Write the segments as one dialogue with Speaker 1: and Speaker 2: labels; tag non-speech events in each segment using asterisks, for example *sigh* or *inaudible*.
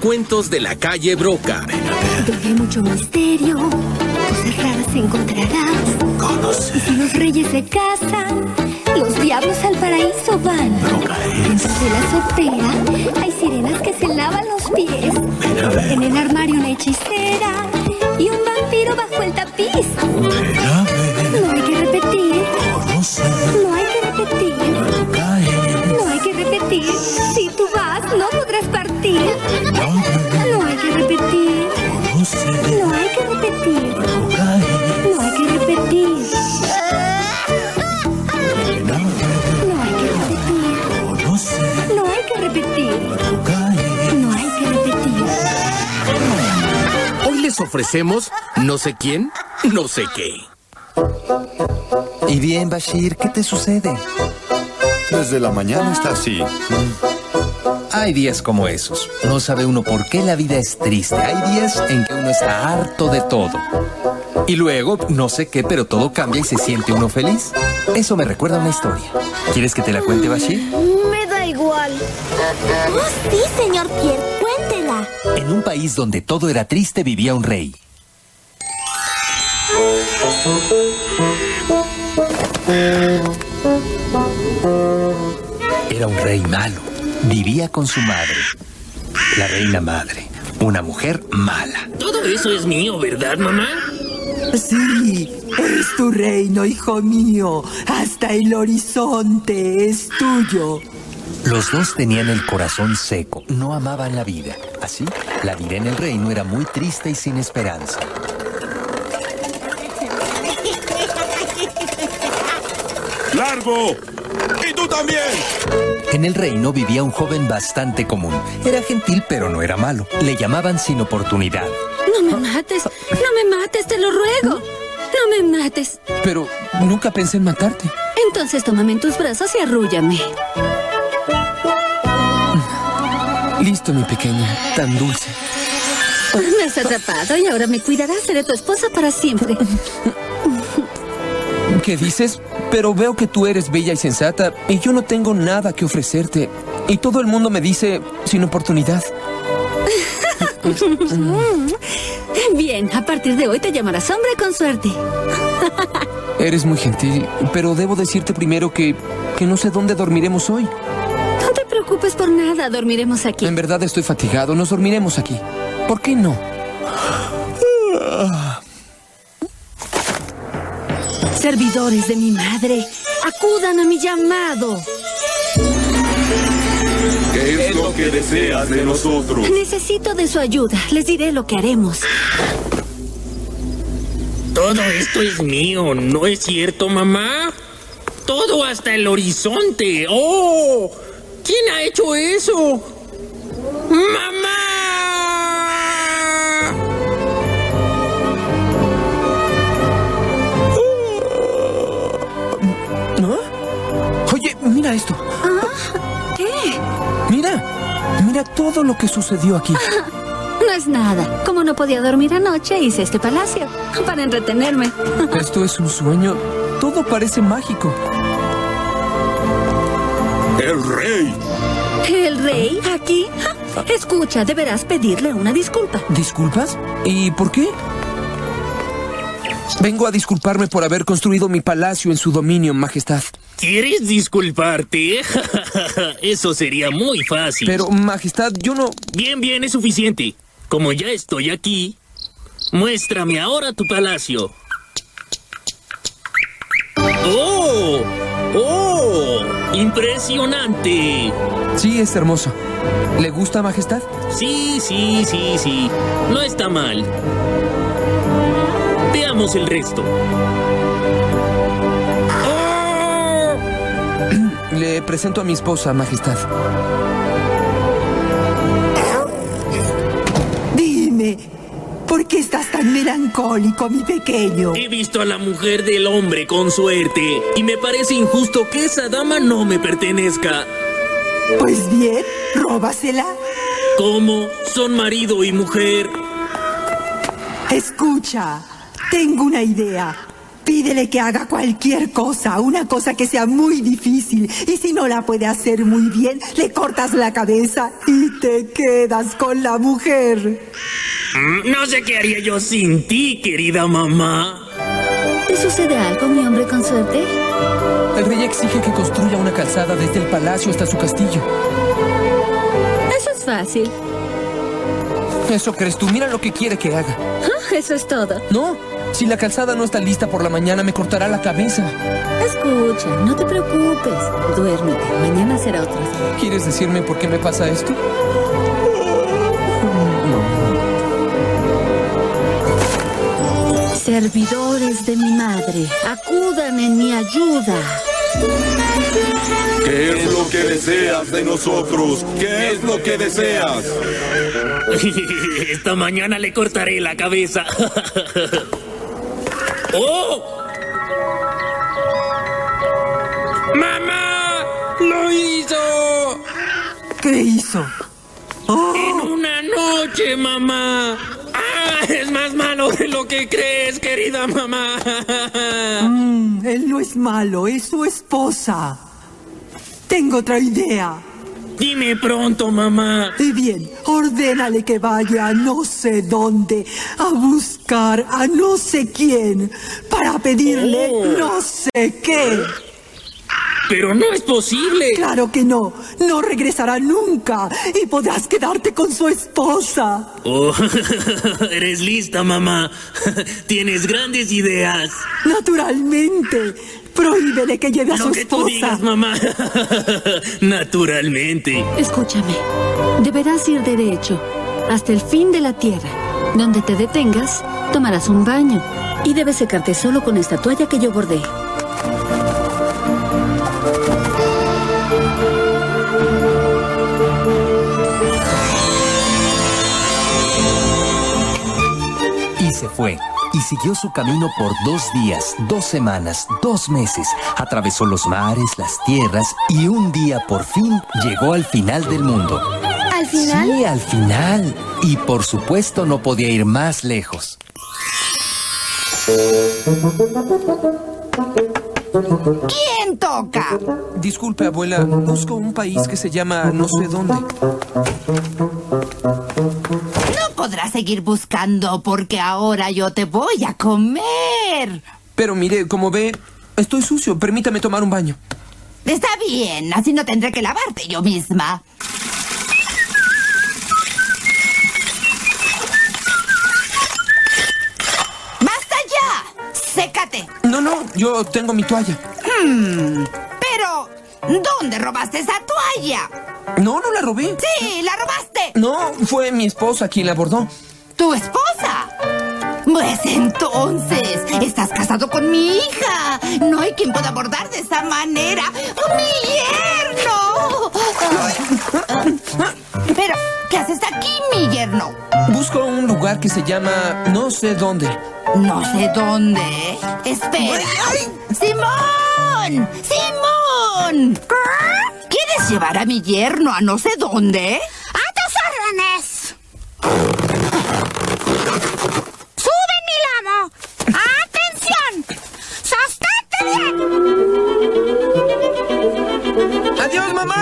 Speaker 1: cuentos de la calle Broca.
Speaker 2: Donde hay mucho misterio, cosas raras encontrarás.
Speaker 3: Conoce.
Speaker 2: Y si los reyes se casan, los diablos al paraíso van. Dentro de la azotea hay sirenas que se lavan los pies.
Speaker 3: Ven a ver.
Speaker 2: En el armario una hechicera y un vampiro bajo el tapiz.
Speaker 3: Ven a ver.
Speaker 2: No hay que repetir,
Speaker 3: Conoce.
Speaker 2: no hay que repetir.
Speaker 3: Cae.
Speaker 2: No hay que repetir. Si tú vas, no podrás partir. No hay que repetir.
Speaker 3: Conoce.
Speaker 2: No hay que repetir.
Speaker 3: Cae.
Speaker 2: No hay que repetir.
Speaker 3: Ven a ver.
Speaker 2: No hay que repetir.
Speaker 3: Conoce.
Speaker 2: No hay que repetir.
Speaker 3: Cae.
Speaker 2: No hay que repetir.
Speaker 1: Hoy les ofrecemos no sé quién, no sé qué.
Speaker 4: Y bien, Bashir, ¿qué te sucede?
Speaker 5: Desde la mañana está así.
Speaker 4: Hay días como esos. No sabe uno por qué la vida es triste. Hay días en que uno está harto de todo. Y luego, no sé qué, pero todo cambia y se siente uno feliz. Eso me recuerda a una historia. ¿Quieres que te la cuente, Bashir?
Speaker 6: Me da igual.
Speaker 7: Oh, sí, señor Pierre, cuéntela.
Speaker 4: En un país donde todo era triste vivía un rey. Era un rey malo. Vivía con su madre, la reina madre, una mujer mala.
Speaker 8: Todo eso es mío, ¿verdad, mamá?
Speaker 9: Sí, es tu reino, hijo mío. Hasta el horizonte es tuyo.
Speaker 4: Los dos tenían el corazón seco, no amaban la vida. Así, la vida en el reino era muy triste y sin esperanza.
Speaker 5: ¡Largo! ¡Y tú también!
Speaker 4: En el reino vivía un joven bastante común. Era gentil, pero no era malo. Le llamaban sin oportunidad.
Speaker 2: No me mates. No me mates, te lo ruego. No me mates.
Speaker 4: Pero nunca pensé en matarte.
Speaker 2: Entonces tómame en tus brazos y arrúllame.
Speaker 4: Listo, mi pequeña, tan dulce.
Speaker 2: Me has atrapado y ahora me cuidarás. Seré tu esposa para siempre.
Speaker 4: ¿Qué dices? Pero veo que tú eres bella y sensata y yo no tengo nada que ofrecerte. Y todo el mundo me dice sin oportunidad.
Speaker 2: Bien, a partir de hoy te llamarás hombre con suerte.
Speaker 4: Eres muy gentil, pero debo decirte primero que que no sé dónde dormiremos hoy.
Speaker 2: No te preocupes por nada, dormiremos aquí.
Speaker 4: En verdad estoy fatigado, nos dormiremos aquí. ¿Por qué no?
Speaker 2: Servidores de mi madre, acudan a mi llamado.
Speaker 5: ¿Qué es lo que deseas de nosotros?
Speaker 2: Necesito de su ayuda. Les diré lo que haremos.
Speaker 8: Todo esto es mío, ¿no es cierto, mamá? Todo hasta el horizonte. ¡Oh! ¿Quién ha hecho eso? ¡Mamá!
Speaker 4: Oye, mira esto.
Speaker 2: ¿Qué?
Speaker 4: Mira. Mira todo lo que sucedió aquí.
Speaker 2: No es nada. Como no podía dormir anoche, hice este palacio para entretenerme.
Speaker 4: Esto es un sueño. Todo parece mágico.
Speaker 5: ¡El rey!
Speaker 2: ¿El rey aquí? Ah, Escucha, deberás pedirle una disculpa.
Speaker 4: ¿Disculpas? ¿Y por qué? Vengo a disculparme por haber construido mi palacio en su dominio, Majestad.
Speaker 8: ¿Quieres disculparte? *laughs* eso sería muy fácil.
Speaker 4: Pero, Majestad, yo no...
Speaker 8: Bien, bien, es suficiente. Como ya estoy aquí, muéstrame ahora tu palacio. ¡Oh! ¡Oh! ¡Impresionante!
Speaker 4: Sí, es hermoso. ¿Le gusta, Majestad?
Speaker 8: Sí, sí, sí, sí. No está mal. Veamos el resto. ¡Oh!
Speaker 4: Le presento a mi esposa, Majestad.
Speaker 9: Dime, ¿por qué estás tan melancólico, mi pequeño?
Speaker 8: He visto a la mujer del hombre con suerte y me parece injusto que esa dama no me pertenezca.
Speaker 9: Pues bien, róbasela.
Speaker 8: ¿Cómo? Son marido y mujer.
Speaker 9: Escucha, tengo una idea. Pídele que haga cualquier cosa, una cosa que sea muy difícil. Y si no la puede hacer muy bien, le cortas la cabeza y te quedas con la mujer.
Speaker 8: Mm, No sé qué haría yo sin ti, querida mamá. *laughs*
Speaker 2: ¿Te sucederá algo, mi hombre, con suerte?
Speaker 4: El rey exige que construya una calzada desde el palacio hasta su castillo.
Speaker 2: Eso es fácil.
Speaker 4: Eso crees tú, mira lo que quiere que haga.
Speaker 2: Ah, Eso es todo.
Speaker 4: No, si la calzada no está lista por la mañana me cortará la cabeza.
Speaker 2: Escucha, no te preocupes. Duérmete, mañana será otro día.
Speaker 4: ¿Quieres decirme por qué me pasa esto?
Speaker 2: Servidores de mi madre, acudan en mi ayuda.
Speaker 5: ¿Qué es lo que deseas de nosotros? ¿Qué es lo que deseas?
Speaker 8: Esta mañana le cortaré la cabeza. *laughs* ¡Oh! ¡Mamá! ¡Lo hizo!
Speaker 9: ¿Qué hizo? Oh,
Speaker 8: ¡En una noche, mamá! ¡Ah! Es más malo de lo que crees, querida mamá.
Speaker 9: Mm, Él no es malo, es su esposa. Tengo otra idea.
Speaker 8: Dime pronto, mamá.
Speaker 9: Y bien, ordénale que vaya a no sé dónde a buscar a no sé quién para pedirle
Speaker 8: Oh.
Speaker 9: no sé qué.
Speaker 8: Pero no es posible.
Speaker 9: Claro que no, no regresará nunca y podrás quedarte con su esposa.
Speaker 8: Oh, *laughs* eres lista, mamá. *laughs* Tienes grandes ideas.
Speaker 9: Naturalmente, prohíbele que lleve a
Speaker 8: Lo
Speaker 9: su
Speaker 8: que tú
Speaker 9: esposa.
Speaker 8: digas, mamá. *laughs* Naturalmente.
Speaker 6: Escúchame, deberás ir derecho hasta el fin de la tierra. Donde te detengas, tomarás un baño y debes secarte solo con esta toalla que yo bordé.
Speaker 4: Y se fue. Y siguió su camino por dos días, dos semanas, dos meses. Atravesó los mares, las tierras y un día por fin llegó al final del mundo.
Speaker 2: Al final,
Speaker 4: Sí, al final. Y por supuesto no podía ir más lejos.
Speaker 10: ¿Quién toca?
Speaker 4: Disculpe, abuela, busco un país que se llama no sé dónde.
Speaker 10: No podrás seguir buscando porque ahora yo te voy a comer.
Speaker 4: Pero mire, como ve, estoy sucio. Permítame tomar un baño.
Speaker 10: Está bien, así no tendré que lavarte yo misma. ¡Basta ya! ¡Sécate!
Speaker 4: No, no, yo tengo mi toalla.
Speaker 10: Pero, ¿dónde robaste esa toalla?
Speaker 4: No, no la robé.
Speaker 10: ¡Sí, la robaste!
Speaker 4: No, fue mi esposa quien la bordó.
Speaker 10: ¿Tu esposa? Pues entonces, estás casado con mi hija. No hay quien pueda abordar de esa manera. ¡Mi yerno! Pero, ¿qué haces aquí, mi yerno?
Speaker 4: Busco un lugar que se llama no sé dónde.
Speaker 10: No sé dónde. ¿eh? Espera. ¡Simón! ¡Simón! ¿Quieres llevar a mi yerno a no sé dónde?
Speaker 7: ¡A tus órdenes! ¡Sube, mi lomo! ¡Atención! ¡Sostente bien!
Speaker 4: ¡Adiós, mamá!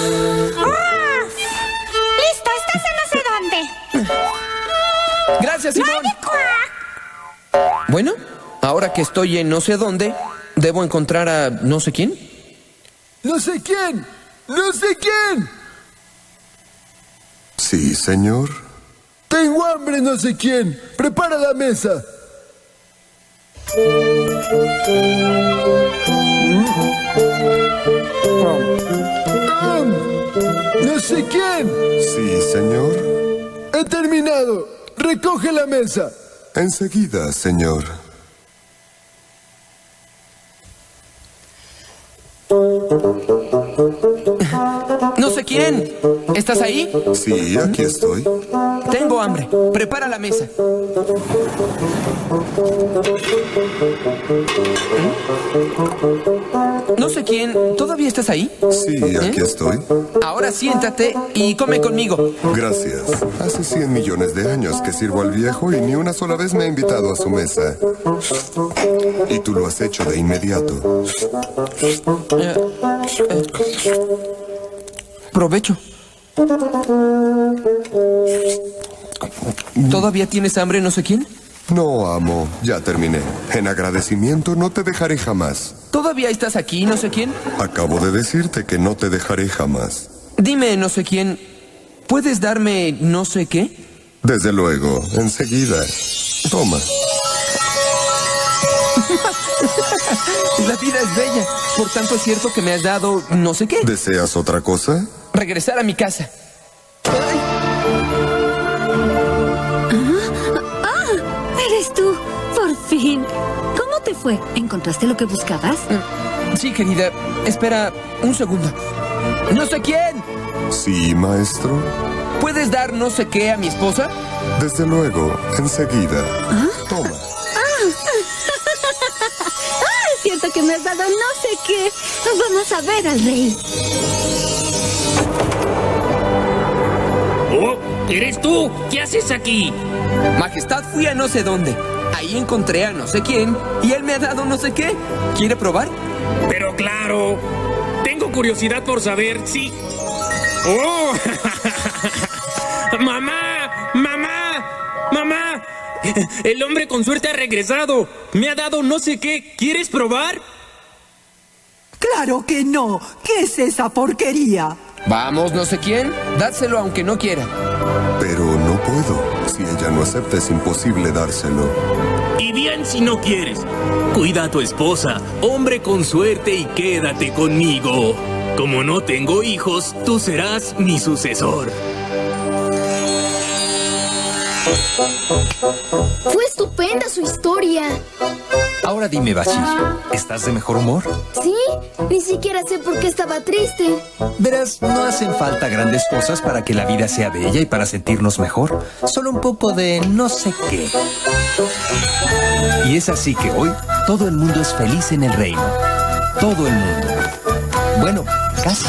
Speaker 7: ¡Uf! ¡Listo! ¡Estás en no sé dónde!
Speaker 4: Gracias, Simón.
Speaker 7: ¡Cuac!
Speaker 4: Bueno, ahora que estoy en no sé dónde, debo encontrar a no sé quién. No sé quién. No sé quién.
Speaker 5: Sí, señor.
Speaker 11: Tengo hambre, no sé quién. Prepara la mesa. Mm. Ah, No sé quién.
Speaker 5: Sí, señor.
Speaker 11: He terminado. Recoge la mesa.
Speaker 5: Enseguida, señor.
Speaker 4: No sé quién. ¿Estás ahí?
Speaker 5: Sí, aquí estoy.
Speaker 4: Tengo hambre. Prepara la mesa. ¿Mm? No sé quién, ¿todavía estás ahí?
Speaker 5: Sí, aquí estoy.
Speaker 4: Ahora siéntate y come conmigo.
Speaker 5: Gracias. Hace 100 millones de años que sirvo al viejo y ni una sola vez me ha invitado a su mesa. Y tú lo has hecho de inmediato.
Speaker 4: Eh, Provecho. ¿Todavía tienes hambre, no sé quién?
Speaker 5: No, amo, ya terminé. En agradecimiento no te dejaré jamás.
Speaker 4: ¿Todavía estás aquí, no sé quién?
Speaker 5: Acabo de decirte que no te dejaré jamás.
Speaker 4: Dime, no sé quién, ¿puedes darme no sé qué?
Speaker 5: Desde luego, enseguida. Toma.
Speaker 4: La vida es bella, por tanto es cierto que me has dado no sé qué.
Speaker 5: ¿Deseas otra cosa?
Speaker 4: Regresar a mi casa.
Speaker 2: ¡Ah! ¡Eres tú! ¡Por fin! ¿Cómo te fue? ¿Encontraste lo que buscabas?
Speaker 10: Mm.
Speaker 4: Sí, querida. Espera un segundo. ¡No sé quién!
Speaker 5: Sí, maestro.
Speaker 4: ¿Puedes dar no sé qué a mi esposa?
Speaker 5: Desde luego, enseguida. Toma.
Speaker 2: ¡Ah! Es cierto que me has dado no sé qué. Vamos a ver al rey.
Speaker 8: ¡Oh! ¿Eres tú? ¿Qué haces aquí?
Speaker 4: Majestad, fui a no sé dónde. Ahí encontré a no sé quién y él me ha dado no sé qué. ¿Quiere probar?
Speaker 8: Pero claro, tengo curiosidad por saber si... ¡Oh! *laughs* ¡Mamá! ¡Mamá! ¡Mamá! El hombre con suerte ha regresado. Me ha dado no sé qué. ¿Quieres probar?
Speaker 9: Claro que no. ¿Qué es esa porquería?
Speaker 4: Vamos, no sé quién. Dádselo aunque no quiera.
Speaker 5: Pero no puedo. Si ella no acepta, es imposible dárselo.
Speaker 12: Y bien si no quieres. Cuida a tu esposa, hombre con suerte y quédate conmigo. Como no tengo hijos, tú serás mi sucesor.
Speaker 10: Fue estupenda su historia.
Speaker 4: Ahora dime, Bashir, ¿estás de mejor humor?
Speaker 10: Sí, ni siquiera sé por qué estaba triste.
Speaker 4: Verás, no hacen falta grandes cosas para que la vida sea bella y para sentirnos mejor. Solo un poco de no sé qué. Y es así que hoy todo el mundo es feliz en el reino. Todo el mundo. Bueno, casi.